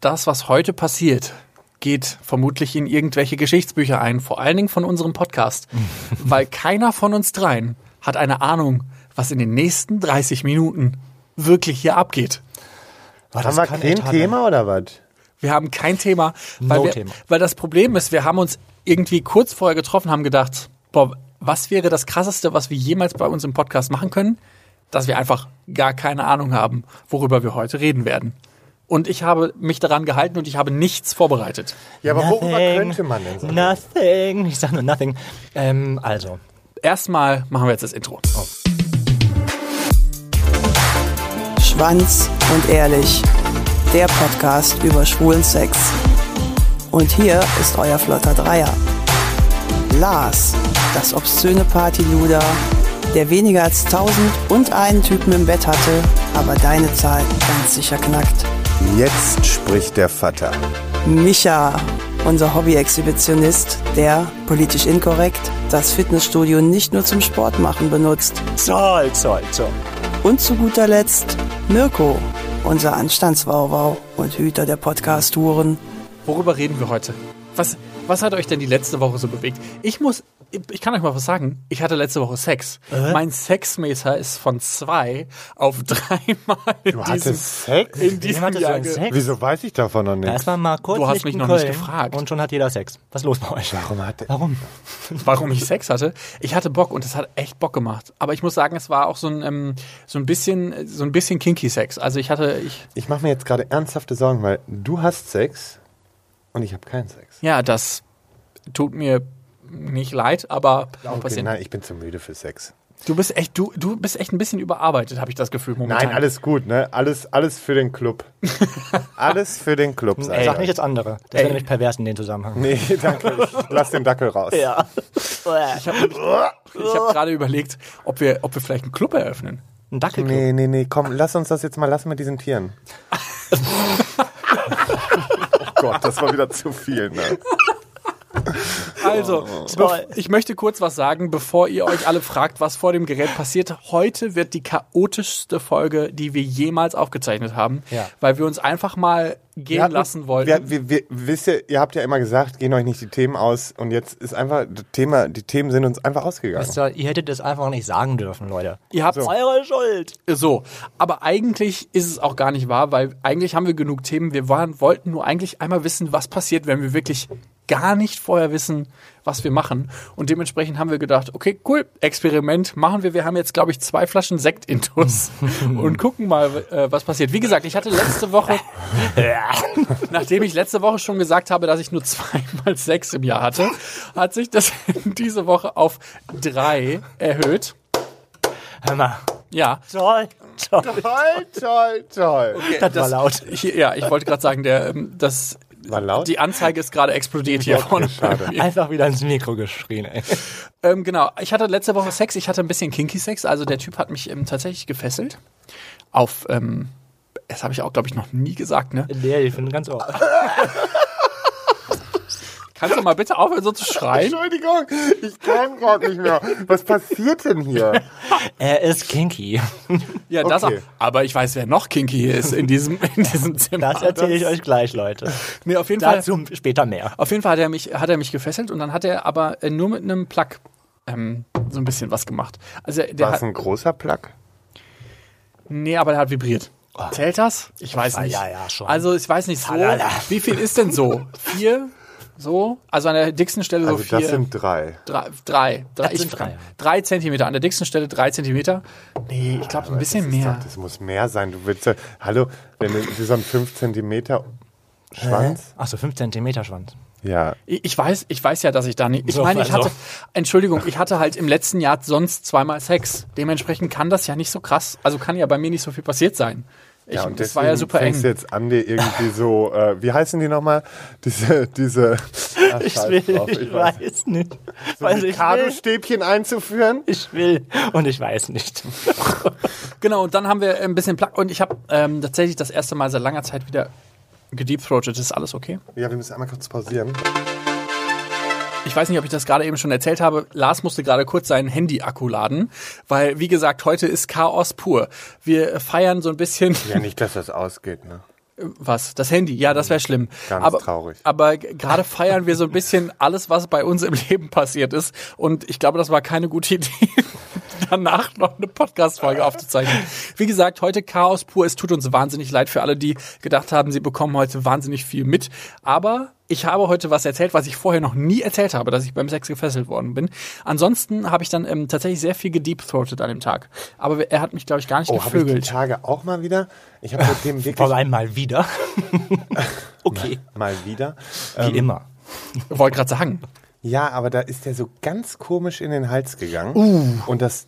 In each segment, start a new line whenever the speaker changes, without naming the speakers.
das, was heute passiert, geht vermutlich in irgendwelche Geschichtsbücher ein, vor allen Dingen von unserem Podcast, weil keiner von uns dreien hat eine Ahnung, was in den nächsten 30 Minuten wirklich hier abgeht.
Was, haben wir kein Thema oder was?
Wir haben kein Thema weil,
No
wir,
Thema.
weil das Problem ist, wir haben uns irgendwie kurz vorher getroffen, haben gedacht, boah, was wäre das Krasseste, was wir jemals bei uns im Podcast machen können? Dass wir einfach gar keine Ahnung haben, worüber wir heute reden werden. Und ich habe mich daran gehalten und ich habe nichts vorbereitet.
Ja, aber worüber könnte man denn so?
Nothing. Ich sag nur nothing. Ähm, also.
Erstmal machen wir jetzt das Intro.
Schwanz und ehrlich. Der Podcast über schwulen Sex. Und hier ist euer flotter Dreier. Lars, das obszöne Partyluder, der weniger als tausend und einen Typen im Bett hatte, aber deine Zahl ganz sicher knackt.
Jetzt spricht der Vater.
Micha, unser Hobby-Exhibitionist, der, politisch inkorrekt, das Fitnessstudio nicht nur zum Sport machen benutzt.
Zoll, zoll, zoll.
Und zu guter Letzt Mirko, unser Anstandswauwau und Hüter der Podcast-Touren.
Worüber reden wir heute? Was, was hat euch denn die letzte Woche so bewegt? Ich muss, ich kann euch mal was sagen. Ich hatte letzte Woche Sex. Mein Sexmeter ist von zwei auf dreimal in
Du
diesem,
hattest Sex?
in diesem
hattest du
Jahr.
einen
ge-
Sex?
Wieso weiß ich davon noch
Da
nichts?
ist man mal kurz
Du hast
nicht
mich
in
noch nicht
Köln
gefragt.
Und schon hat jeder Sex. Was ist los bei euch?
Warum hat der-
Warum?
warum ich Sex hatte. Ich hatte Bock und es hat echt Bock gemacht. Aber ich muss sagen, es war auch so ein, ähm, so ein bisschen, so ein bisschen kinky Sex. Also ich hatte, ich,
Ich mache mir jetzt gerade ernsthafte Sorgen, weil du hast Sex und ich habe keinen Sex.
ja, das tut mir nicht leid, aber kann
Okay,
passieren.
nein, ich bin zu müde für Sex.
Du bist echt, du, du bist echt ein bisschen überarbeitet, habe ich das Gefühl momentan.
Nein, alles gut, ne? Alles, alles für den Club. alles für den Club.
Ey. Sag nicht das andere. Das wäre
Ey.
nämlich pervers in dem Zusammenhang.
Nee, danke. Ich lass den Dackel raus.
Ja.
Ich habe gerade überlegt, ob wir, ob wir vielleicht einen Club eröffnen.
Ein Dackelclub.
Nee, nee, nee, komm, lass uns das jetzt mal lassen mit diesen Tieren. oh Gott, das war wieder zu viel, ne?
Also,
Oh.
Toll.
bef- ich möchte kurz was sagen, bevor ihr euch alle fragt, was vor dem Gerät passiert. Heute wird die chaotischste Folge, die wir jemals aufgezeichnet haben,
Ja.
weil wir uns einfach mal gehen
Wir hatten-
lassen wollten.
Wir, wir, wir, wisst ihr, ihr habt ja immer gesagt, gehen euch nicht die Themen aus. Und jetzt ist einfach, das Thema, die Themen sind uns einfach ausgegangen.
Wisst ihr, Ihr hättet es einfach nicht sagen dürfen, Leute.
ihr habt
Eure Schuld.
So, aber eigentlich ist es auch gar nicht wahr, weil eigentlich haben wir genug Themen. Wir waren, wollten nur eigentlich einmal wissen, was passiert, wenn wir wirklich gar nicht vorher wissen, was wir machen. Und dementsprechend haben wir gedacht, okay, cool, Experiment machen wir. Wir haben jetzt, glaube ich, zwei Flaschen Sekt intus und gucken mal, äh, was passiert. Wie gesagt, ich hatte letzte Woche, nachdem ich letzte Woche schon gesagt habe, dass ich nur zweimal Sex im Jahr hatte, hat sich das diese Woche auf drei erhöht.
Hör mal.
Ja,
Zoll, zoll.
Toll, toll, toll.
Das war laut.
Ich, ja, ich wollte gerade sagen, der, ähm, das,
War laut?
die Anzeige ist gerade explodiert hier vorne.
Einfach wieder ins Mikro geschrien, ey.
Ähm, genau, ich hatte letzte Woche Sex, ich hatte ein bisschen kinky Sex, also der Typ hat mich ähm, tatsächlich gefesselt. Auf, ähm, das habe ich auch, glaube ich, noch nie gesagt, ne?
Nee, ich finde ganz oft.
Kannst du mal bitte aufhören, so zu schreien?
Entschuldigung, ich kann gerade nicht mehr. Was passiert denn hier?
Er ist kinky.
Ja, das
Okay.
auch. Aber ich weiß, wer noch kinky hier ist in diesem, in diesem Zimmer.
Das erzähle ich euch gleich, Leute.
Ah, Nee, auf jeden Fall.
Dazu später mehr.
Auf jeden Fall hat er mich, hat er mich gefesselt und dann hat er aber äh, nur mit einem Plug ähm, so ein bisschen was gemacht. Also er- der
War
hat,
es ein großer Plug?
Nee, aber der hat vibriert. Zählt das? Ah. Ich weiß
Ah,
nicht.
ja, ja, schon.
Also ich weiß nicht so.
Talala.
Wie viel ist denn so? Vier? So? Also an der dicksten Stelle so
Also
vier.
das sind drei.
drei. Drei, drei,
sind
ich
drei,
kann-
ja.
drei Zentimeter. An der dicksten Stelle drei Zentimeter. Nee, ich glaube ein bisschen
das ist
mehr.
Doch, das muss mehr sein. Du willst ja, hallo, wenn du so einen 5 cm Schwanz?
Achso, 5 cm Schwanz.
Ja.
Ich, ich weiß, ich weiß ja, dass ich da nicht. Ich
So,
meine, ich
also.
hatte. Entschuldigung, ich hatte halt im letzten Jahr sonst zweimal Sex. Dementsprechend kann das ja nicht so krass. Also kann ja bei mir nicht so viel passiert sein. Ich,
Ja,
das war ja
deswegen
super
fängst
eng.
du jetzt an, dir irgendwie so, äh, wie heißen die nochmal? Diese, diese, ach,
Ich
scheiß
will,
drauf,
ich, weiß, nicht.
So
also ich will,
Mikado-Stäbchen einzuführen?
ich will und ich weiß nicht.
Genau, und dann haben wir ein bisschen Plug. Und ich habe ähm, tatsächlich das erste Mal seit langer Zeit wieder gedeepthroated. Ist alles okay?
Ja, wir müssen einmal kurz pausieren.
Ich weiß nicht, ob ich das gerade eben schon erzählt habe. Lars musste gerade kurz seinen Handy-Akku laden, weil, wie gesagt, heute ist Chaos pur. Wir feiern so ein bisschen.
Ja, nicht, dass das ausgeht, ne?
Was? Das Handy? Ja, das wäre schlimm.
Mhm. Ganz
aber,
traurig.
Aber g- gerade feiern wir so ein bisschen alles, was bei uns im Leben passiert ist. Und ich glaube, das war keine gute Idee, danach noch eine Podcast-Folge aufzuzeichnen. Wie gesagt, heute Chaos pur. Es tut uns wahnsinnig leid für alle, die gedacht haben, sie bekommen heute wahnsinnig viel mit. Aber ich habe heute was erzählt, was ich vorher noch nie erzählt habe, dass ich beim Sex gefesselt worden bin. Ansonsten habe ich dann ähm, tatsächlich sehr viel gedeepthroated an dem Tag. Aber er hat mich, glaube ich, gar nicht
Oh, habe ich die
gevögelt.
Tage auch mal wieder? Ich habe mit dem
Vor
wirklich
allem mal wieder. okay,
mal wieder.
wie immer.
Wollte gerade sagen.
Ja, aber da ist der so ganz komisch in den Hals gegangen. Und das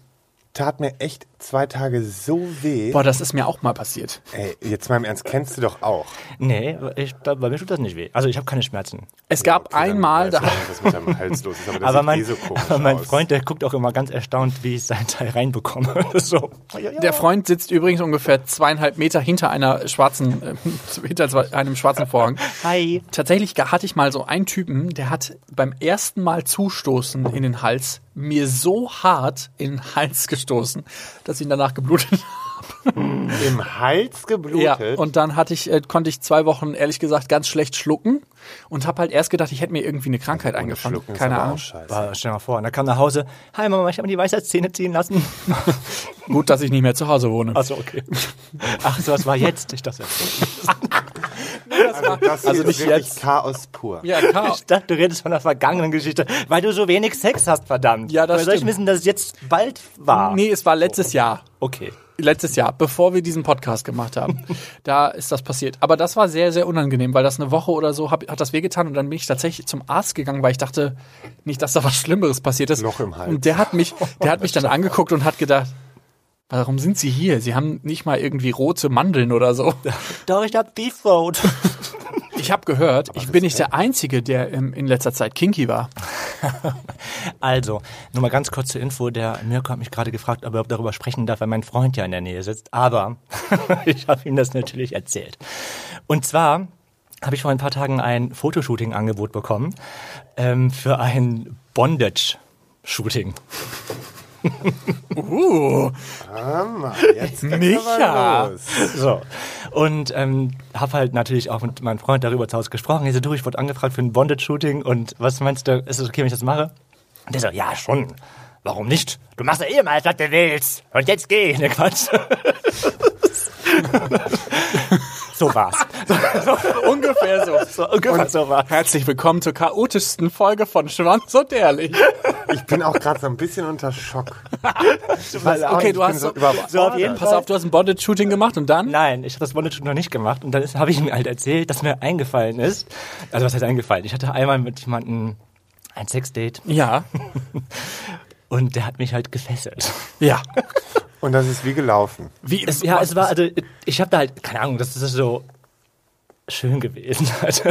tat mir echt zwei Tage so weh.
Boah, das ist mir auch mal passiert.
Ey, jetzt mal im Ernst, kennst du doch auch.
Nee, ich, da- bei mir tut das nicht weh. Also ich habe keine Schmerzen.
Es gab einmal, da,
da. Was mit deinem Hals los ist, aber das
aber
sieht
mein,
eh so komisch
aber mein
aus.
Freund, der guckt auch immer ganz erstaunt, wie ich seinen Teil reinbekomme. so.
der Freund sitzt übrigens ungefähr zweieinhalb Meter hinter einer schwarzen, äh, hinter zwei- einem schwarzen Vorhang.
Hi.
Tatsächlich ga- hatte ich mal so einen Typen, der hat beim ersten Mal zustoßen in den Hals mir so hart in den Hals gestoßen, dass ich ihn danach geblutet habe.
im Hals
Ja,
geblutet.
und dann hatte ich, äh, konnte ich zwei Wochen ehrlich gesagt ganz schlecht schlucken und habe halt erst gedacht, ich hätte mir irgendwie eine Krankheit
Ohne
eingefangen.
Schlucken ist
Keine
aber auch
Ahnung.
scheiße.
War, stell dir mal vor, und er kam nach Hause. Hi Mama, ich habe mir die Weisheitszähne ziehen lassen.
Gut, dass ich nicht mehr zu Hause wohne.
Achso, okay. Ach so, das war jetzt. Ich dachte,
Also, das
Also
also
nicht
ist wirklich
jetzt.
Chaos pur.
Ja, klar.
ich dachte, du redest von der vergangenen Geschichte, weil du so wenig Sex hast, verdammt.
Ja, das
Woher soll ich
stimmt.
wissen, dass es jetzt bald war?
Nee, es war letztes Jahr.
Okay.
letztes Jahr, bevor wir diesen Podcast gemacht haben, da ist das passiert. Aber das war sehr, sehr unangenehm, weil das eine Woche oder so hab, hat das wehgetan und dann bin ich tatsächlich zum Arzt gegangen, weil ich dachte, nicht, dass da was Schlimmeres passiert ist.
Loch im Hals.
Und der hat mich, der hat mich dann angeguckt und hat gedacht, warum sind Sie hier? Sie haben nicht mal irgendwie rote Mandeln oder so.
Doch, ich hab Beef Road.
Ich habe gehört, ich bin nicht der Einzige, der ähm, in letzter Zeit kinky war.
Also, nur mal ganz kurz zur Info. Der Mirko hat mich gerade gefragt, ob er darüber sprechen darf, weil mein Freund ja in der Nähe sitzt. Aber ich habe ihm das natürlich erzählt. Und zwar habe ich vor ein paar Tagen ein Fotoshooting-Angebot bekommen ähm, für ein Bondage-Shooting.
Uh,
Hammer, jetzt geht's
Micha.
aber los.
So. Und ähm, habe halt natürlich auch mit meinem Freund darüber zu Hause gesprochen. Ich so, du, ich wurde angefragt für ein Bondage-Shooting und was meinst du, ist es okay, wenn ich das mache? Und der so, ja, schon. Warum nicht? Du machst ja eh mal, was du willst. Und jetzt geh. Ne, Quatsch. so war's. So,
ungefähr so.
so, ungefähr so war's.
Herzlich willkommen zur chaotischsten Folge von Schwanz und Ehrlich.
Ich bin auch gerade so ein bisschen unter Schock. Ich weiß auch
Okay,
nicht,
du
ich
hast
bin
so,
über-
so auf jeden
Pass auf, du hast ein Bondage-Shooting gemacht und dann?
Nein, ich habe das Bondage noch nicht gemacht und dann ist- habe ich ihm halt erzählt, dass mir eingefallen ist. Also was heißt eingefallen? Ich hatte einmal mit jemandem ein Sexdate
Ja,
und der hat mich halt gefesselt.
ja.
Und das ist wie gelaufen.
Wie
Es, ja, es war, also ich habe da halt, keine Ahnung, das ist so schön gewesen. halt.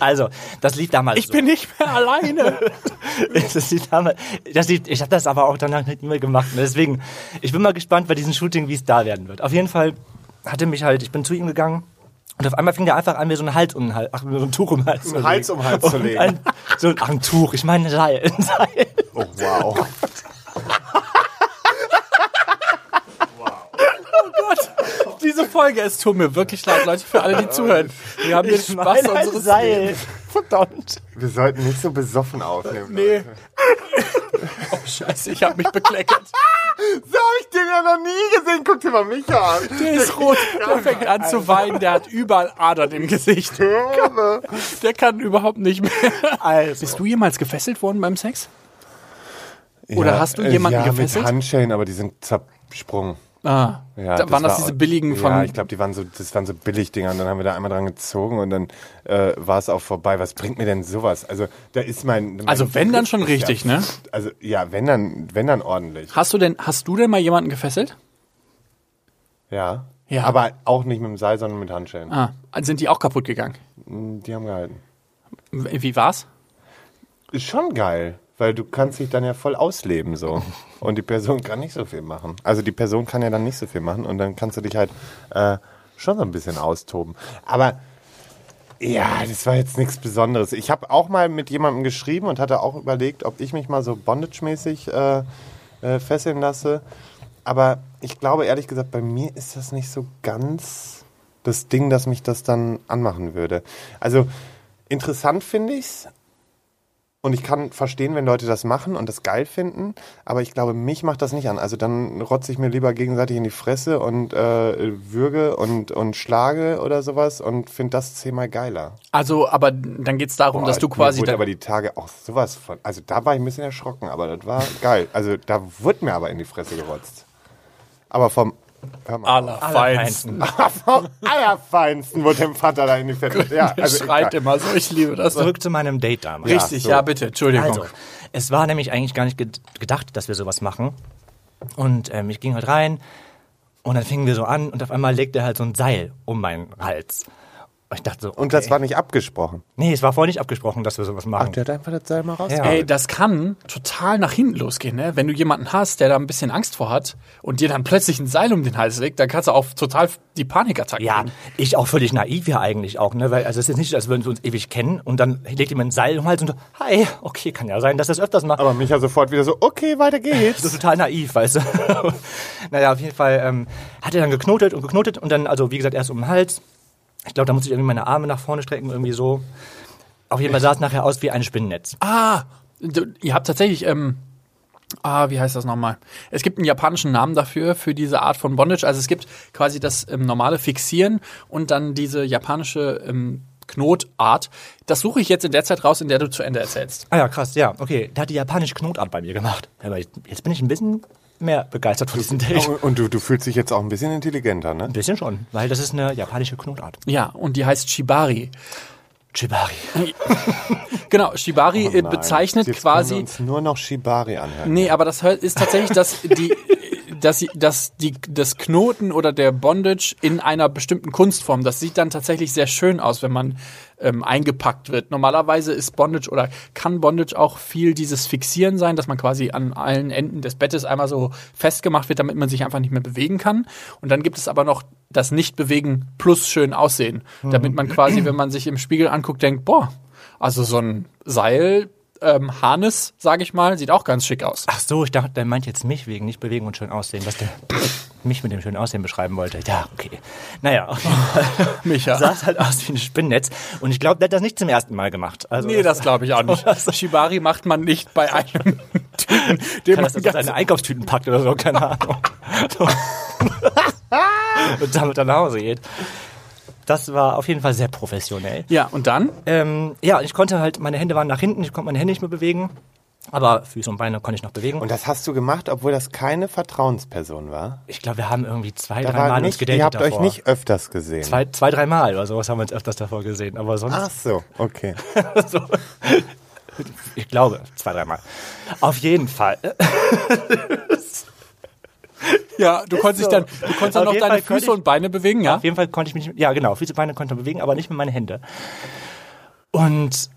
also, das lief damals
Ich bin nicht mehr alleine.
so. Das lief damals, das lief, ich habe das aber auch danach nicht mehr gemacht. Und Deswegen, ich bin mal gespannt bei diesem Shooting, wie es da werden wird. Auf jeden Fall hatte mich halt, ich bin zu ihm gegangen und auf einmal fing der einfach an, mir so einen Hals um den Hals, ach, mir so ein Tuch um den Hals zu
Einen Hals um den Hals zu legen.
Ein, so ein, ach, ein Tuch, ich meine ein Seil. Ein Seil.
Oh, wow.
Oh Diese Folge, es tut mir wirklich leid, Leute, für alle, die zuhören. Wir haben den
Ich
Spaß
meine ein
unseres
Seil. Verdammt.
Wir sollten nicht so besoffen aufnehmen.
Nee. Oh, scheiße, ich habe mich bekleckert.
So habe ich den ja noch nie gesehen. Guck dir mal Micha an.
Der ist rot, der fängt an zu weinen, der hat überall Adern im Gesicht. Der kann überhaupt nicht mehr.
Also.
Bist du jemals gefesselt worden beim Sex? Oder hast du
äh,
jemanden
ja,
gefesselt?
Mit Handschellen, aber die sind zersprungen.
Ah,
Ja,
da waren das
war-
diese billigen von...
Ja, ich glaube, die waren so, das waren so Billigdinger und dann haben wir da einmal dran gezogen und dann äh, war es auch vorbei. Was bringt mir denn sowas? Also da ist mein, mein
Also wenn, dann schon richtig,
ja,
ne?
Also ja, wenn dann, wenn dann ordentlich.
hast, du denn, hast du denn mal jemanden gefesselt?
Ja.
Ja.
Aber auch nicht mit dem Seil, sondern mit Handschellen.
Ah, sind die auch kaputt gegangen?
Die haben gehalten.
Wie war's?
Ist schon geil, weil du kannst dich dann ja voll ausleben so. Und die Person kann nicht so viel machen. Also die Person kann ja dann nicht so viel machen und dann kannst du dich halt äh, schon so ein bisschen austoben. Aber ja, das war jetzt nichts Besonderes. Ich habe auch mal mit jemandem geschrieben und hatte auch überlegt, ob ich mich mal so bondage-mäßig äh, äh, fesseln lasse. Aber ich glaube ehrlich gesagt, bei mir ist das nicht so ganz das Ding, dass mich das dann anmachen würde. Also interessant finde ich's und ich kann verstehen, wenn Leute das machen und das geil finden, aber ich glaube, mich macht das nicht an. Also dann rotze ich mir lieber gegenseitig in die Fresse und äh, würge und, und schlage oder sowas und finde das zehnmal geiler.
Also, aber dann geht es darum, Um dass du
mir
quasi.
Wurde
da-
aber die Tage auch sowas von. Also da war ich ein bisschen erschrocken, aber das war geil. Also da wurde mir aber in die Fresse gerotzt. Aber vom. Hör mal.
Allerfeinsten.
vom Allerfeinsten wurde dem Vater da in die Fresse. Ja,
Er
also
schreit
egal.
immer so, ich liebe das.
Zurück zu meinem Date damals.
Richtig,
so.
ja, bitte, Entschuldigung.
Also, es war nämlich eigentlich gar nicht ged- gedacht, dass wir sowas machen. Und ähm, ich ging halt rein und dann fingen wir so an und auf einmal legte er halt so ein Seil um meinen Hals. Und ich dachte so, okay.
Und das war nicht abgesprochen.
nee, es war vorher nicht abgesprochen, dass wir sowas machen.
hat einfach das Seil mal raus.
Ja.
Ey, Äh, das kann total nach hinten losgehen, ne? Wenn du jemanden hast, der da ein bisschen Angst vor hat und dir dann plötzlich ein Seil um den Hals legt, dann kannst du auch total die Panikattacke
ja,
kriegen.
ich auch völlig naiv ja eigentlich auch, ne? Weil also es ist nicht, als würden wir uns ewig kennen und dann legt jemand ein Seil um den Hals und so, hi, okay, kann ja sein, dass das öfters macht.
Aber Micha sofort wieder so, okay, weiter
Das
geht's.
ist total naiv, weißt du. naja, auf jeden Fall ähm, hat er dann geknotet und geknotet und dann, also wie gesagt, erst um den Hals. Ich glaube, da musste ich irgendwie meine Arme nach vorne strecken, irgendwie so. Auf jeden Fall sah es nachher aus wie ein Spinnennetz.
Ah, du, ihr habt tatsächlich, ähm, ah, wie heißt das nochmal? Es gibt einen japanischen Namen dafür, für diese Art von Bondage. Also es gibt quasi das ähm, normale Fixieren und dann diese japanische ähm, Knotart. Das suche ich jetzt in der Zeit raus, in der du zu Ende erzählst.
Ah ja, krass, ja, okay. Da hat die japanische Knotart bei mir gemacht. Aber ich, jetzt bin ich ein bisschen mehr begeistert von diesem Date. Ein
Und, und du, du fühlst dich jetzt auch ein bisschen intelligenter, ne?
bisschen schon, weil das ist eine japanische Knotart.
Ja, und die heißt Shibari.
Chibari.
Genau, Shibari äh,
Oh Nein.
bezeichnet
jetzt
quasi.
können wir uns nur noch Shibari anhören.
Nee, aber das hör- ist tatsächlich, dass die, dass, sie- dass die, das Knoten oder der Bondage in einer bestimmten Kunstform, das sieht dann tatsächlich sehr schön aus, wenn man ähm, eingepackt wird. Normalerweise ist Bondage oder kann Bondage auch viel dieses Fixieren sein, dass man quasi an allen Enden des Bettes einmal so festgemacht wird, damit man sich einfach nicht mehr bewegen kann. Und dann gibt es aber noch das Nicht-Bewegen plus schön aussehen, damit man quasi, wenn man sich im Spiegel anguckt, denkt, boah, also so ein Seil, ähm, Harness, sage ich mal, sieht auch ganz schick aus.
Ach so, ich dachte, der meint jetzt mich wegen nicht bewegen und schön aussehen, dass der mich mit dem schönen Aussehen beschreiben wollte. Ja, okay. Naja, auf jeden Fall.
Micha.
sah es halt aus wie ein Spinnnetz. Und ich glaube, der hat das nicht zum ersten Mal gemacht. Also,
Nee, das glaube ich auch nicht. Shibari macht man nicht bei einem Typen, dem man
kann, dass er
ganz,
seine Einkaufstüten packt oder so, keine Ahnung. So. und damit dann nach Hause geht. Das war auf jeden Fall sehr professionell.
Ja, und dann?
Ähm, ja, ich konnte halt, meine Hände waren nach hinten, ich konnte meine Hände nicht mehr bewegen. Aber Füße und Beine konnte ich noch bewegen.
Und
Und
das hast du gemacht, obwohl das keine Vertrauensperson war.
ich glaube, wir haben irgendwie zwei,
Da
drei
war
Mal uns
nicht,
gedatet
ihr habt
davor.
euch nicht öfters gesehen.
Zwei, zwei drei Mal oder sowas haben wir uns öfters davor gesehen. Aber sonst,
Ach so, okay.
so, ich glaube, zwei, drei Mal. Auf jeden Fall.
Ja, du konntest
so.
dich dann, du konntest dann
Auf
noch
jeden
deine
Fall könnte
Füße
ich-
und Beine bewegen, ja?
Auf jeden Fall konnte ich mich, ja genau, Füße, Beine konnte man bewegen, aber nicht mehr meine Hände. Und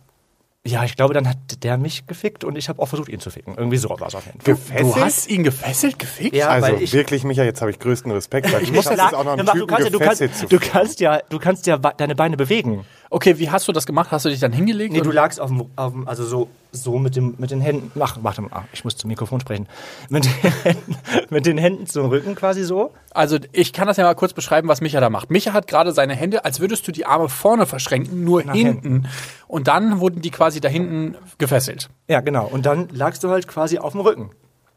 ja, ich glaube, dann hat der mich gefickt und ich habe auch versucht, ihn zu ficken. Irgendwie so war es auf jeden Fall.
Du
Gefesselt?
hast ihn gefesselt, gefickt?
Ja,
also
weil ich-
wirklich, Micha, jetzt habe ich größten Respekt. Weil du
Ich
musst es
lag-
auch noch einen
Hör mal, du
Typen
kannst ja- du
gefesselt
kannst-
zu
Du kannst ja, du kannst ja wa- deine Beine bewegen.
Okay, wie hast du das gemacht? Hast du dich dann hingelegt?
Nee, du
und-
lagst auf dem, auf dem also so, so mit, dem, mit den Händen, mach, mach, doch mal, Ah, ich muss zum Mikrofon sprechen, mit den, Händen, mit den Händen zum Rücken quasi so.
also ich kann das ja mal kurz beschreiben, was Micha da macht. Micha hat gerade seine Hände, als würdest du die Arme vorne verschränken, nur hinten. Und dann wurden die quasi da hinten gefesselt.
Ja, genau. Und dann lagst du halt quasi auf dem Rücken.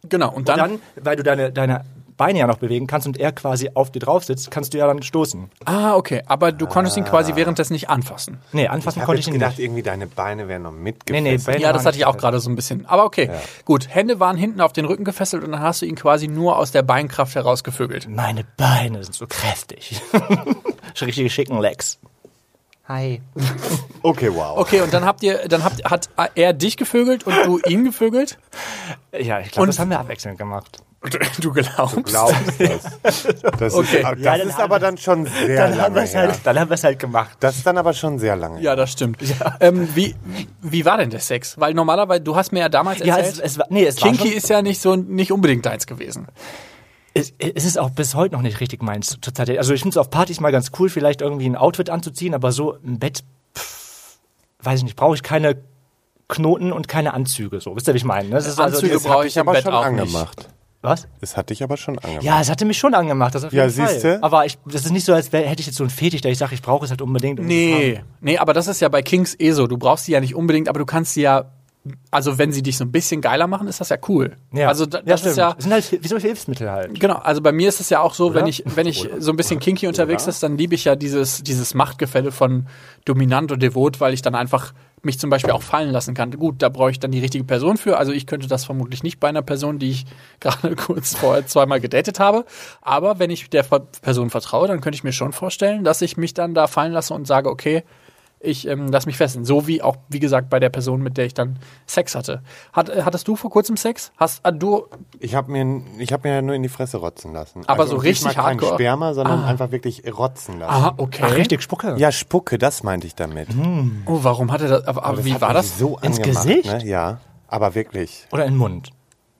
Genau, und
Dann,
dann,
weil du deine, deine Beine ja noch bewegen kannst und er quasi auf dir drauf sitzt, kannst du ja dann stoßen.
Ah, okay, aber du konntest ihn quasi währenddessen nicht anfassen.
Nee, anfassen
Ich habe
konnte ich
jetzt
ihn
gedacht,
nicht.
irgendwie deine Beine wären noch
Nee,
mitgefesselt.
nee, Beine
Ja,
waren
das hatte ich
nicht.
auch gerade so ein bisschen. Aber okay, gut. Hände waren hinten auf den Rücken gefesselt und dann hast du ihn quasi nur aus der Beinkraft herausgevögelt.
Meine Beine sind so kräftig. Richtige schicken Legs. Hi.
Okay,
Oh,
wow.
Okay, und dann habt ihr, dann habt, hat er dich gevögelt und du ihn gevögelt?
Ja, ich glaube,
Und-
das haben wir abwechselnd gemacht.
Du glaubst?
Glaubst du das? Das
Okay.
ist, aber- das
Ja, dann
ist
haben
aber
wir-
dann schon sehr
haben
lange
wir es
her.
halt, dann haben wir es halt gemacht.
Das ist dann aber schon sehr lange.
Ja, das stimmt. Ähm, wie, wie war denn der Sex? Weil normalerweise, du hast mir ja damals
Ja,
erzählt,
es, es war, nee, es war
Kinky
schon,
ist ja nicht so, nicht unbedingt deins gewesen.
es, es ist auch bis heute noch nicht richtig meins zurzeit. Also ich finde es auf Partys mal ganz cool, vielleicht irgendwie ein Outfit anzuziehen, aber so im Bett, pff, weiß ich nicht, brauche ich keine Knoten und keine Anzüge. So, wisst ihr, wie ich meine? ne? Das ist
Anzüge
Das
brauche
habe
ich
ich
im
aber
Bett
schon
auch
angemacht.
Was?
Es hat dich aber schon angemacht.
Ja, es hatte mich schon angemacht, das auf
Ja,
jeden Fall.
siehste?
Aber ich, das ist nicht so, als wär, hätte ich jetzt so einen Fetisch, da ich sage, ich brauche es halt unbedingt. um es zu haben.
Nee, nee, aber das ist ja bei Kings eh so. Du brauchst sie ja nicht unbedingt, aber du kannst sie ja, also wenn sie dich so ein bisschen geiler machen, ist das ja cool.
Ja,
Also da, das
stimmt.
ist ja.
Das sind halt wie so Hilfsmittel halt.
Genau, also bei mir ist es ja auch so, wenn ich, wenn ich so ein bisschen kinky unterwegs ist, dann liebe ich ja dieses, dieses Machtgefälle von dominant und devot, weil ich dann einfach mich zum Beispiel auch fallen lassen kann. Gut, da brauche ich dann die richtige Person für. Also ich könnte das vermutlich nicht bei einer Person, die ich gerade kurz vorher zweimal gedatet habe. Aber wenn ich der Ver- Person vertraue, dann könnte ich mir schon vorstellen, dass ich mich dann da fallen lasse und sage, okay, ich ähm, lass mich fesseln. So wie auch, wie gesagt, bei der Person, mit der ich dann Sex hatte. Hat, äh, hattest du vor kurzem Sex? Hast ah, du
Ich habe mir, ich hab mir ja nur in die Fresse rotzen lassen.
Aber so
und diesmal
richtig
kein
hardcore?
Sperma, sondern einfach wirklich rotzen lassen.
Ah, okay.
Ach, richtig, Spucke.
Ja, Spucke, das meinte ich damit.
Oh, warum hatte das? Aber, aber
Das
wie
hat
war
mich
das?
So
Ins
angemacht,
Gesicht?
Ne? Ja, aber wirklich.
Oder in den Mund.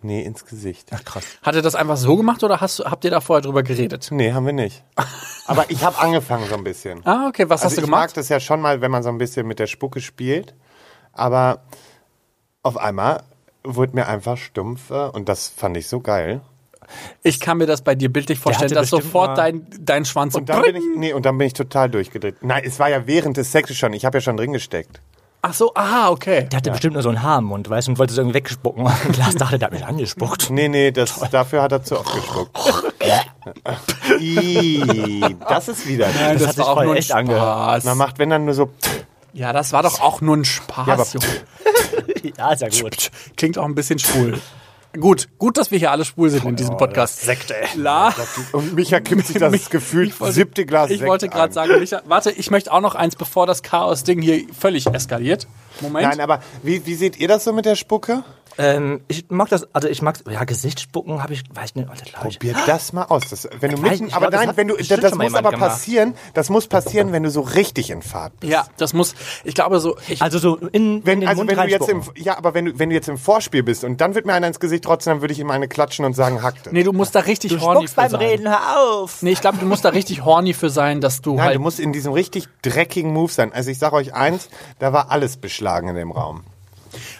Nee, ins Gesicht.
Ach, krass.
Hat er das einfach so gemacht oder hast, du- habt ihr da vorher drüber geredet?
Nee, haben wir nicht. Aber ich habe angefangen so ein bisschen.
Ah, okay, was
also
hast du
ich mag
gemacht?
das ja schon mal, wenn man so ein bisschen mit der Spucke spielt. Aber auf einmal wurde mir einfach stumpf äh, und das fand ich so geil.
Ich kann mir das bei dir bildlich vorstellen,
hatte
dass
bestimmt mal-
sofort dein, dein Schwanz so
Und dann, bin ich, nee, und dann bin ich total durchgedreht. Nein, es war ja während des Sexes schon. Ich habe ja schon drin gesteckt.
Ach so, ah, okay.
Der hatte bestimmt nur so ein Haar im Mund, weißt du, und wollte es irgendwie wegspucken. Ein Glas dachte, der hat mich angespuckt.
Nee, nee, das, dafür hat er zu oft gespuckt. Ih, das ist wieder.
Nein,
hat sich voll echt angehört.
Man macht, wenn dann nur so.
Ja, das war doch auch nur ein
Ja, aber-
Spaß. Junge.
ja, ist ja gut.
Klingt auch ein bisschen schwul. Gut, gut, dass wir hier alle schwul
Oh,
sind in diesem Podcast. Sekte. La
Und Micha kippt sich das gefühlt
Ich wollte-
siebte Glas
Ich
Sekt
wollte
ein.
gerade sagen, Micha, warte, ich möchte auch noch eins, bevor das Chaos-Ding hier völlig eskaliert. Moment.
Nein, aber wie, wie seht ihr das so mit der Spucke?
Ähm, ich mag das, also ich mag, ja, Gesichtsspucken habe ich, weiß nicht, Alter, glaub ich.
Probier das mal aus. Das, wenn du
Ich weiß,
mitten,
ich
aber
glaub, das
nein,
hat
wenn du, das,
bestimmt
das
schon mal
muss
jemand
aber
gemacht.
passieren, das muss passieren, wenn du so richtig in Fahrt bist.
Ja, das muss, ich glaube so, ich,
Also so in, in
Wenn,
den
also wenn
Mund
du jetzt im,
reinspucken.
ja, aber wenn du, wenn du jetzt im Vorspiel bist und dann wird mir einer ins Gesicht rotzen, dann würde ich ihm eine klatschen und sagen, hackte.
nee, du musst da richtig
Du
horny
spuckst
für
beim
sein.
Reden, hör auf.
Nee, ich glaube, du musst da richtig horny für sein, dass du
Nein,
halt.
du musst in diesem richtig dreckigen Move sein. Also ich sage euch eins, da war alles beschlagen in dem Raum.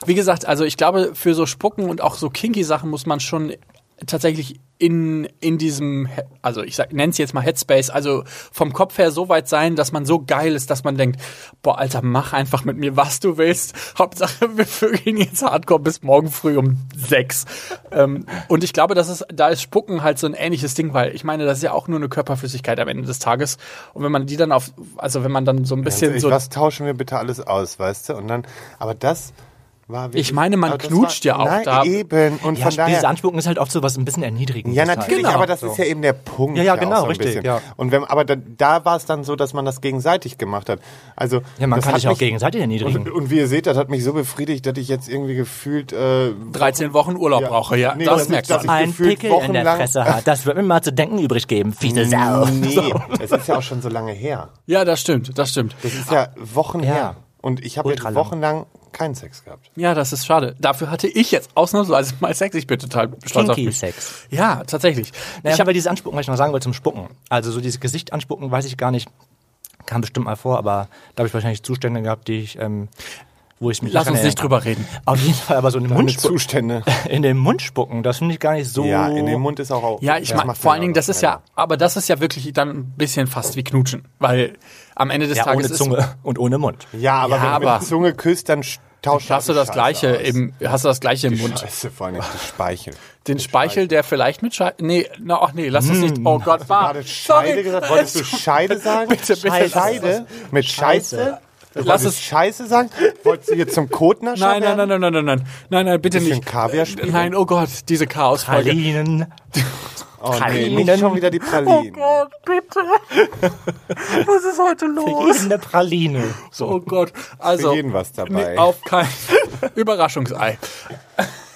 wie gesagt, also ich glaube, für so Spucken und auch so kinky Sachen muss man schon tatsächlich in, in diesem, He- also ich nenne es jetzt mal Headspace, also vom Kopf her so weit sein, dass man so geil ist, dass man denkt, boah, Alter, mach einfach mit mir, was du willst. Hauptsache, wir vögeln jetzt hardcore bis morgen früh um sechs. Ähm, und ich glaube, das ist, da ist Spucken halt so ein ähnliches Ding, weil ich meine, das ist ja auch nur eine Körperflüssigkeit am Ende des Tages. Und wenn man die dann auf, also wenn man dann so ein bisschen
Ich,
so
was tauschen wir bitte alles aus, weißt du? Und dann, aber das war wirklich-
Ich meine, man
aber das
knutscht ja auch
nein,
da.
eben. Und
Ja,
von daher,
dieses Anspucken ist halt oft so was ein bisschen halt. erniedrigend.
Ja, natürlich,
Genau.
aber das ist ja eben der Punkt.
Ja, ja,
auch
genau,
ein
richtig,
bisschen.
ja.
Und wenn, aber da, da war es dann so, dass man das gegenseitig gemacht hat. Also
Ja, man
das
kann
hat
sich auch
mich-
gegenseitig erniedrigen.
Und, und wie ihr seht, das hat mich so befriedigt, dass ich jetzt irgendwie gefühlt äh,
13 Wochen Urlaub brauche, ja.
Nee,
das
das
merkt
ist-
man.
das ist-
ein
gefühlt
Pickel in der
wochenlang-
Fresse hat. Das wird mir mal zu denken übrig geben. Fiese Sau.
nee, es ist ja auch schon so lange her.
Ja, das stimmt, das stimmt.
Das ist ja Wochen
Ja.
her. Und ich habe jetzt
Ultralang.
wochenlang keinen Sex gehabt.
Ja, das ist schade. Dafür hatte ich jetzt ausnahmsweise mal Sex. Ich bin total stolz auf
Kinky
mich.
Sex.
Ja, tatsächlich.
Naja,
ich
ich
hab,
habe dieses Anspucken, was ich noch sagen wollte zum Spucken. Also so dieses Gesicht anspucken, weiß ich gar nicht. Kam bestimmt mal vor, aber da habe ich wahrscheinlich Zustände gehabt, die ich, ähm, wo ich mich
lass
dran
uns nicht
erinnern
drüber reden.
kann. Auf jeden Fall, aber so in den
Ohne
Mund spucken.
Zustände.
In den Mund spucken, das finde ich gar nicht so.
Ja, in dem Mund ist auch. auch
Ja, ich meine,
macht
vor
man
allen Dingen,
auch
das ist
schneller.
ja, aber das ist ja wirklich dann ein bisschen fast wie Knutschen. Weil am Ende des
Ja,
Tages
ohne Zunge und ohne Mund.
Ja,
Ja,
aber wenn du
aber-
mit der Zunge küsst, dann sch- tauscht
ist, hast du das
Scheiße
gleiche
aus.
im, hast du das gleiche im Mund.
Scheiße, vor allen Dingen die Speichel.
Den Speichel, der vielleicht mit Schei Nee, na, ach nee, lass uns nicht. Oh Gott, war.
Hm. Gerade Scheide gesagt. Wolltest du Scheide sagen?
Bitte, bitte.
Scheide? Mit Scheiße?
Lass
Wolltest
es-
du Scheiße sagen? Wolltest du hier zum Kotnascher
Nein, nein,
werden?
nein, nein, nein, nein, nein, nein, nein, bitte
Bisschen
nicht.
Kaviar spielen?
Nein, oh Gott, diese Chaosfolge.
Pralinen.
Oh, nee,
Pralinen.
nicht schon wieder die Pralinen.
Was ist heute los?
Pralinen, Praline. So.
Oh Gott, also
Für jeden was dabei.
auf kein Überraschungsei.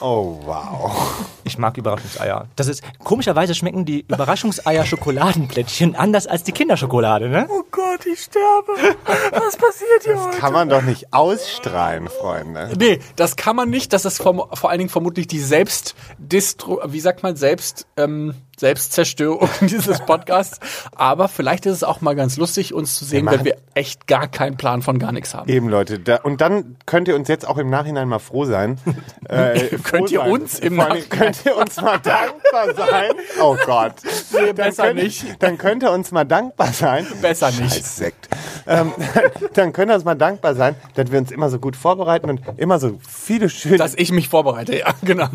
Oh, wow.
Ich mag Überraschungseier. Das ist komischerweise schmecken die Überraschungseier Schokoladenplättchen anders als die Kinderschokolade, ne?
Oh Gott, ich sterbe. Was passiert hier heute?
kann man doch nicht ausstrahlen, Freunde.
Nee, das kann man nicht. Das ist vom, vor allen Dingen vermutlich die Selbstdistro, wie sagt man, Selbst, ähm, Selbstzerstörung dieses Podcasts. Aber vielleicht ist es auch mal ganz lustig, uns zu sehen,
Wir
wenn
machen-
wir echt gar keinen Plan von gar nichts haben.
Eben, Leute. Da, und dann könnt ihr uns jetzt auch im Nachhinein mal froh sein. Äh,
Könnt ihr uns im
Vor allen Dingen Könnt ihr uns mal dankbar sein? Oh Gott. Nee,
besser
könnt,
nicht.
Dann könnt ihr uns mal dankbar sein.
Besser nicht.
Scheiß Sekt. Ähm, dann könnt ihr uns mal dankbar sein, dass wir uns immer so gut vorbereiten und immer so viele schöne...
Dass ich mich vorbereite, ja, genau.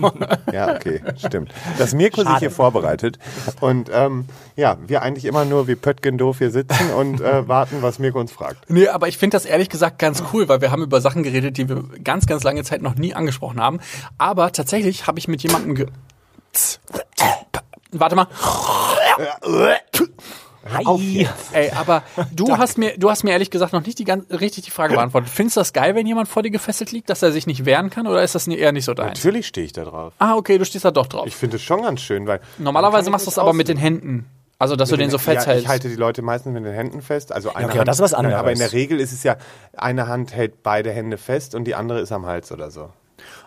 ja, okay, stimmt. Dass Mirko sich
Schade.
hier vorbereitet. Und ähm, ja, wir eigentlich immer nur wie Pöttgen doof hier sitzen und äh, warten, was Mirko uns fragt.
Nee, aber ich finde das ehrlich gesagt ganz cool, weil wir haben über Sachen geredet, die wir ganz, ganz lange Zeit noch nie angesprochen haben. Aber tatsächlich habe ich mit jemandem ge... Warte mal.
Auf hier.
Ey, aber du hast mir, du hast mir ehrlich gesagt noch nicht die ganz, richtig die Frage beantwortet. Findest du das geil, wenn jemand vor dir gefesselt liegt, dass er sich nicht wehren kann, oder ist das eher nicht so dein?
Natürlich stehe ich da drauf.
Ah, okay, du stehst da doch drauf.
Ich finde es schon ganz schön, weil.
Normalerweise machst du es aber mit den Händen. Also, dass du den so fest
ja,
hältst.
Ich halte die Leute meistens mit den Händen fest. Also eine
okay, aber das ist was anderes.
Aber in der Regel ist es ja, eine Hand hält beide Hände fest und die andere ist am Hals oder so.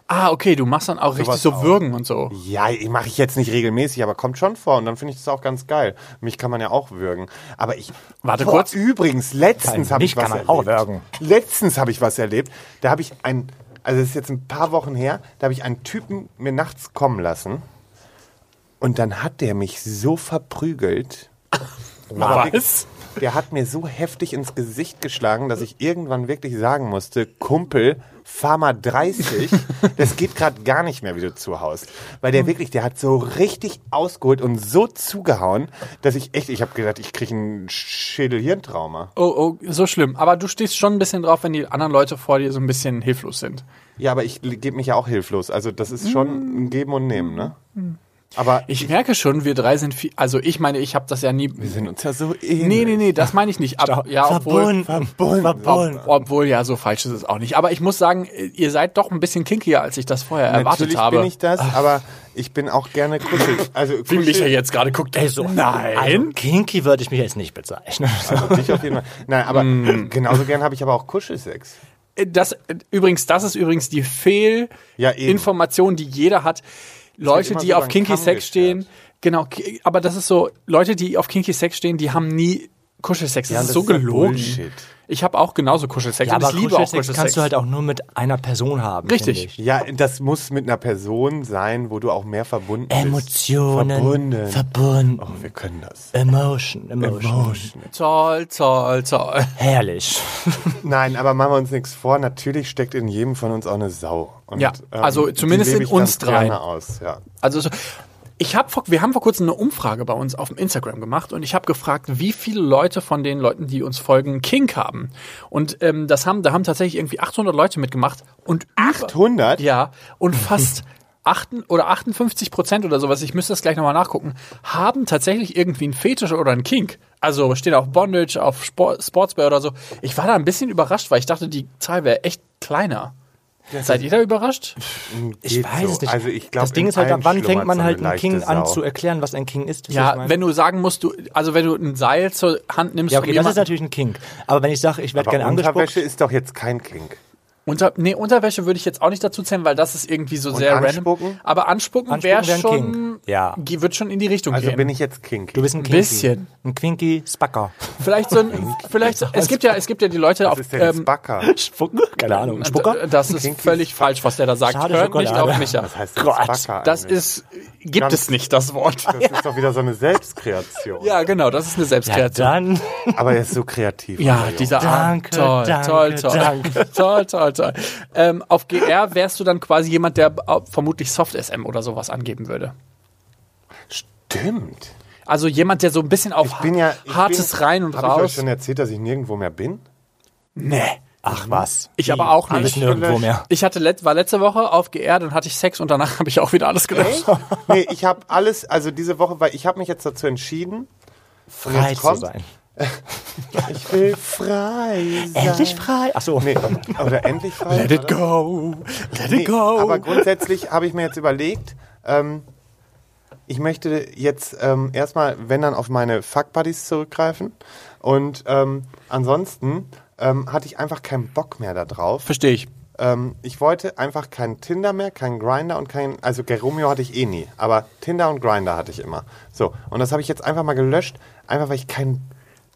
ah, okay, du machst dann auch richtig
Sowas
so
auch. Mhm.
würgen und so.
Ja, mache ich jetzt nicht regelmäßig, aber kommt schon vor und dann finde ich das auch ganz geil. Mich kann man ja auch würgen. Aber ich.
Warte
Boah,
kurz.
Übrigens, letztens
Nein,
habe ich
mich
was
kann man
erlebt.
auch würgen.
Letztens habe ich was erlebt. Da habe ich ein. Also, das ist jetzt ein paar Wochen her. Da habe ich einen Typen mir nachts kommen lassen. Und dann hat der mich so verprügelt. Aber
Was?
Der hat mir so heftig ins Gesicht geschlagen, dass ich irgendwann wirklich sagen musste, Kumpel, fahr mal 30, das geht gerade gar nicht mehr, wie du zuhaust. Weil der wirklich, der hat so richtig ausgeholt und so zugehauen, dass ich echt, ich habe gedacht, ich kriege ein Schädelhirntrauma.
Oh, oh, so schlimm. Aber du stehst schon ein bisschen drauf, wenn die anderen Leute vor dir so ein bisschen hilflos sind.
Ja, aber ich gebe mich ja auch hilflos. Also das ist schon ein Geben und Nehmen, ne? Aber
Mm. Ich merke schon, wir drei sind viel. Also, ich meine, ich habe das ja nie.
wir sind uns ja so ähnlich.
Nee, nee, nee, das meine ich nicht. Aber, ja, obwohl,
Verbunden. Verbunden. Verbunden.
Ob, obwohl, ja, so falsch ist es auch nicht. Aber ich muss sagen, ihr seid doch ein bisschen kinkier, als ich das vorher
Natürlich
erwartet habe.
bin ich das, aber ich bin auch gerne kuschelig. Also
Wie
kuschelig-
Micha jetzt gerade guckt, ey, so. Nein.
Also, kinky würde ich mich jetzt nicht bezeichnen.
Dich auf jeden Fall. Nein, aber
Mm.
genauso gern habe ich aber auch Kuschelsex.
äh, Das, übrigens, das ist übrigens die
Ja, eben. halt
Fehlinformation, die jeder hat. Leute,
immer
die
so
auf
beim
Kinky
Kamm
Sex stehen,
gesperrt.
genau, ki- aber das ist so, Leute, die auf Kinky Sex stehen, die haben nie Kuschelsex. Das
Ja,
ist
das
so
ist ja
gelogen.
Bullshit.
Ich habe auch genauso Kuschelsex und ich liebe auch Kuschelsex.
kannst du halt auch nur mit einer Person haben.
Richtig.
finde ich.
Ja, das muss mit einer Person sein, wo du auch mehr verbunden
Emotionen.
bist. Verbunden.
Verbunden.
wir können das.
Emotion, Emotion.
Zoll, zoll, zoll.
Herrlich.
Nein, aber machen wir uns nichts vor. Natürlich steckt in jedem von uns auch eine Sau. Und, ähm,
Ja, also
die
zumindest
lebe
in
ich
uns
ganz gerne
dreien.
Aus, ja.
Also so, ich habe vor, wir haben vor kurzem eine Umfrage bei uns auf dem Instagram gemacht und ich habe gefragt, wie viele Leute von den Leuten, die uns folgen, Kink haben. Und ähm, das haben, da haben tatsächlich irgendwie 800 Leute mitgemacht und über-
100?
ja und fast achten oder 58 Prozent oder sowas. Ich müsste das gleich nochmal nachgucken. Haben tatsächlich irgendwie einen Fetisch oder einen Kink. Also stehen auf Bondage, auf Sport, Sportswear oder so. Ich war da ein bisschen überrascht, weil ich dachte, die Zahl wäre echt kleiner. Seid ihr da überrascht?
Ich
Geht
weiß
so.
es nicht.
Also ich glaub,
das Ding
in
ist halt, ab
allen
wann fängt
schlummert
man
so
halt
eine
einen King
leichte
an
Sau.
zu erklären, was ein King ist? wisst ihr, was ich
Ja,
meine?
wenn du sagen musst, du, also wenn du ein Seil zur Hand nimmst,
ja, okay,
um
das ist
jemanden-
natürlich ein King. Aber wenn ich sage, ich werde
Aber
gerne angesprochen.
Unterwäsche ist doch jetzt kein Kink.
Unter, nee, Unterwäsche würde ich jetzt auch nicht dazu zählen, weil das ist irgendwie so sehr random.
anspucken?
Aber anspucken,
Anspucken
wäre
wär ein
schon,
King. Ja.
ge- wird schon in die Richtung
Also
gehen.
bin ich jetzt Kink.
Du bist ein Kinky.
bisschen.
Ein Quinky Spacker.
vielleicht so ein, vielleicht, es gibt ja, es gibt ja die Leute auf, äh,
das ist der ähm, Backer.
Spucken? Keine Ahnung. Ein Spucker?
das ist völlig falsch, was der da sagt.
Schade,
Hört nicht
Schokolade.
auf mich
Was heißt
Gott,
das Backer
Das
eigentlich?
ist, äh, gibt
Ganz-
es nicht, das Wort.
Das ist doch wieder so eine Selbstkreation.
Ja, genau, das ist eine
Ja,
Selbstkreation.
dann.
Aber er ist so kreativ.
Ja, dieser Arm.
Danke,
Toll,
danke,
toll, toll.
danke.
Toll, toll, toll. Ähm, auf GR wärst du dann quasi jemand, der äh, vermutlich Soft-SM oder sowas angeben würde.
Stimmt.
Also jemand, der so ein bisschen auf
Ich bin ja. Ich
hartes
bin,
rein und
Hab ich euch
raus.
schon erzählt, dass ich nirgendwo mehr bin?
nee.
Ach was.
Ich aber auch nicht.
Alles nirgendwo mehr.
Ich hatte let, war letzte Woche auf GR, dann hatte ich Sex und danach habe ich auch wieder alles gelöscht.
nee, ich habe alles, also diese Woche, weil ich habe mich jetzt dazu entschieden,
Frei
Jetzt
zu
kommt-
sein.
ich will frei sein.
Endlich frei. Achso.
Nee, oder endlich frei.
Let it go, let it
Nee, aber
go.
grundsätzlich habe ich mir jetzt überlegt, ähm, ich möchte jetzt ähm, erstmal, wenn dann, auf meine Fuckbuddies zurückgreifen. Und ähm, ansonsten ähm, hatte ich einfach keinen Bock mehr darauf.
Verstehe ich.
Ähm, ich wollte einfach keinen Tinder mehr, keinen Grinder und keinen. Also Geromeo hatte ich eh nie, aber Tinder und Grinder hatte ich immer. So, und das habe ich jetzt einfach mal gelöscht, einfach weil ich keinen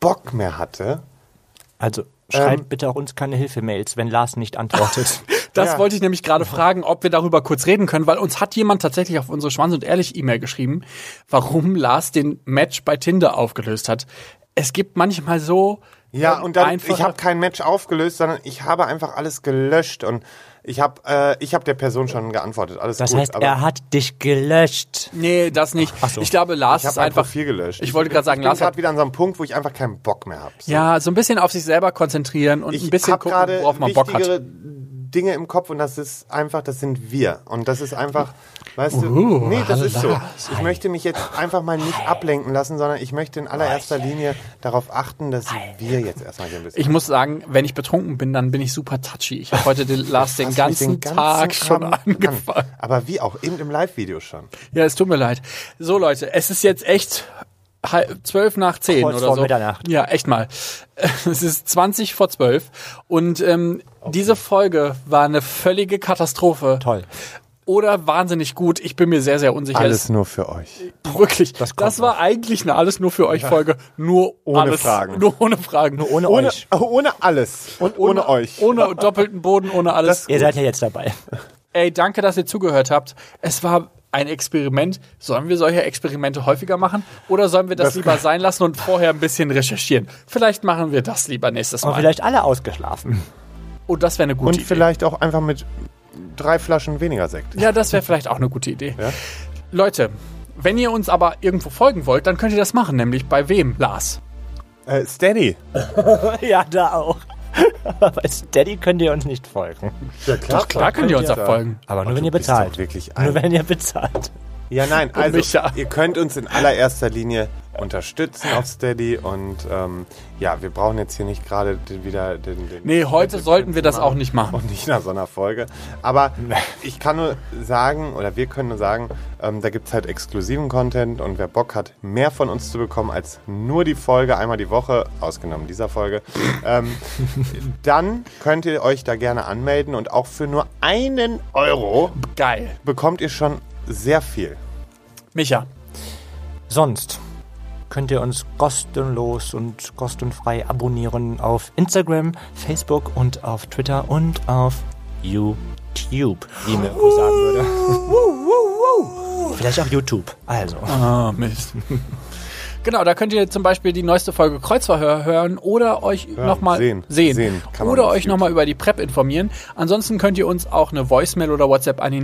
Bock mehr hatte.
Also schreibt
Ähm.
bitte auch uns keine Hilfemails, wenn Lars nicht antwortet.
Das
Ja.
wollte ich nämlich gerade fragen, ob wir darüber kurz reden können, weil uns hat jemand tatsächlich auf unsere Schwanz- und Ehrlich-E-Mail geschrieben, warum Lars den Match bei Tinder aufgelöst hat. Es gibt manchmal so.
Ja,
ähm,
und dann,
einfache-
ich habe kein Match aufgelöst, sondern ich habe einfach alles gelöscht und ich habe äh, ich hab der Person schon geantwortet. Alles
Das
gut,
heißt,
aber
er hat dich gelöscht.
Nee, das nicht.
Ach so.
Ich glaube, Lars
ich habe
ist einfach.
Profil gelöscht.
Ich wollte gerade sagen,
ich bin
Lars hat.
gerade wieder an so einem Punkt, wo ich einfach keinen Bock mehr habe. So.
Ja, so ein bisschen auf sich selber konzentrieren und
ich
ein bisschen
hab
gucken,
gerade
worauf man Bock hat.
wichtigere Dinge im Kopf und das ist einfach, das sind wir. Und das ist einfach, weißt du,
Uh,
nee, das
hallo
ist so.
Lars.
Ich möchte mich jetzt einfach mal nicht ablenken lassen, sondern ich möchte in allererster Linie darauf achten, dass wir jetzt erstmal hier ein bisschen.
Ich muss sagen, wenn ich betrunken bin, dann bin ich super touchy. Ich habe heute den Lars den
Fass mich
ganzen, Tag schon
Abend an.
angefangen.
Aber wie auch, eben im Live-Video schon.
Ja, es tut mir leid. So, Leute, es ist jetzt echt halb, zwölf nach zehn
Kurz
oder
vor
so.
Mitternacht.
Ja, echt mal. Es ist 20 vor zwölf. Und ähm, diese Folge war eine völlige Katastrophe.
Toll.
Oder wahnsinnig gut. Ich bin mir sehr, sehr unsicher.
Alles nur für euch.
das, wirklich. Das,
das kommt
war eigentlich eine alles nur für euch Folge. Nur
Ohne
alles,
Fragen.
Nur ohne Fragen. Nur
Ohne,
Ohne,
euch.
ohne alles und ohne, euch.
Ohne doppelten Boden, ohne alles.
Ihr seid ja jetzt dabei.
Ey, danke, dass ihr zugehört habt. Es war ein Experiment. Sollen wir solche Experimente häufiger machen? Oder sollen wir das, lieber sein lassen und vorher ein bisschen recherchieren? Vielleicht machen wir das lieber nächstes
Und
Mal.
vielleicht alle ausgeschlafen.
oh, das wäre eine gute
und
Idee.
vielleicht auch einfach mit drei Flaschen weniger Sekt.
ja, das wäre vielleicht auch eine gute Idee. Leute, wenn ihr uns aber irgendwo folgen wollt, dann könnt ihr das machen. Nämlich bei wem, Lars?
Äh, steady.
Ja, da auch. Aber bei Steady könnt ihr uns nicht folgen.
Ja, klar, Doch,
Klar könnt ihr uns auch folgen.
Aber nur wenn
du
ihr
bist
bezahlt.
doch wirklich ein-
nur wenn ihr bezahlt.
Ja, nein, also
mich, ja.
ihr könnt uns in allererster Linie unterstützen auf Steady und ähm, ja, wir brauchen jetzt hier nicht gerade den, wieder den, den
Nee, heute sollten wir das auch nicht machen.
und nicht nach so einer Folge, aber ich kann nur sagen oder wir können nur sagen, ähm, da gibt's halt exklusiven Content und wer Bock hat, mehr von uns zu bekommen als nur die Folge einmal die Woche, ausgenommen dieser Folge, ähm, dann könnt ihr euch da gerne anmelden und auch für nur einen Euro
Geil.
bekommt ihr schon sehr viel.
Micha,
Sonst könnt ihr uns kostenlos und kostenfrei abonnieren auf Instagram, Facebook und auf Twitter und auf YouTube, wie mir Mirko sagen würde. Vielleicht auch YouTube. Also,
Ah, Mist. Genau, da könnt ihr zum Beispiel die neueste Folge Kreuzverhör hören oder euch nochmal
sehen.
sehen.
Sehen kann man
oder
auf
euch
YouTube.
nochmal über die PrEP informieren. Ansonsten könnt ihr uns auch eine Voicemail oder WhatsApp an die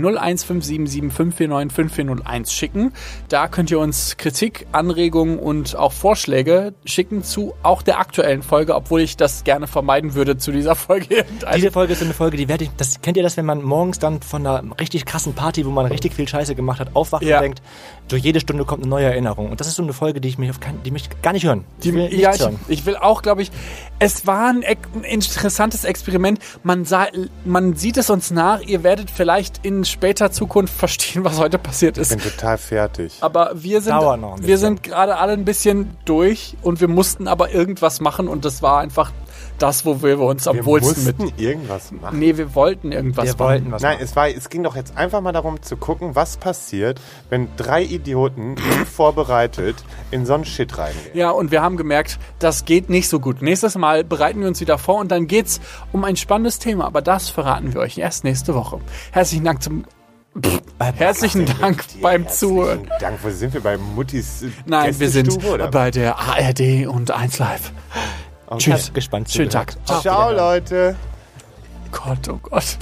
01577549501 schicken. Da könnt ihr uns Kritik, Anregungen und auch Vorschläge schicken zu auch der aktuellen Folge, obwohl ich das gerne vermeiden würde zu dieser Folge. irgendeine-
diese Folge ist so eine Folge, die werde ich. Das kennt ihr das, wenn man morgens dann von einer richtig krassen Party, wo man richtig viel Scheiße gemacht hat, aufwacht
Ja.
und denkt, durch jede Stunde kommt eine neue Erinnerung. Und das ist so eine Folge, die ich mich auf kein, die mich gar nicht hören.
Die,
ich will
ja,
nichts
ich,
hören.
ich will auch, glaube ich, es war ein, ex- ein interessantes Experiment. Man, sah, man sieht es uns nach. Ihr werdet vielleicht in später Zukunft verstehen, was heute passiert ist.
bin total fertig.
Aber wir sind,
Dauert noch ein
wir
bisschen.
sind gerade alle ein bisschen durch und wir mussten aber irgendwas machen und das war einfach das, wo wir uns am
Wir
wohlsten mit.
mussten irgendwas machen.
Nee, wir wollten irgendwas
Wir wollten was
Nein,
machen.
es, war, es ging doch jetzt einfach mal darum zu gucken, was passiert, wenn drei Idioten unvorbereitet in so einen Shit reingehen.
Ja, und wir haben gemerkt, das geht nicht so gut. Nächstes Mal bereiten wir uns wieder vor und dann geht's um ein spannendes Thema, aber das verraten wir euch erst nächste Woche. Herzlichen Dank zum Herzlichen Dank beim Zuhören.
Herzlichen Dank, wo sind wir? Bei Muttis äh,
Nein, wir sind
Gästestube, oder?
bei der ARD und 1 Live.
Ich bin gespannt.
Schönen
zugehört.
Tag.
Ciao, Leute.
Gott, oh Gott.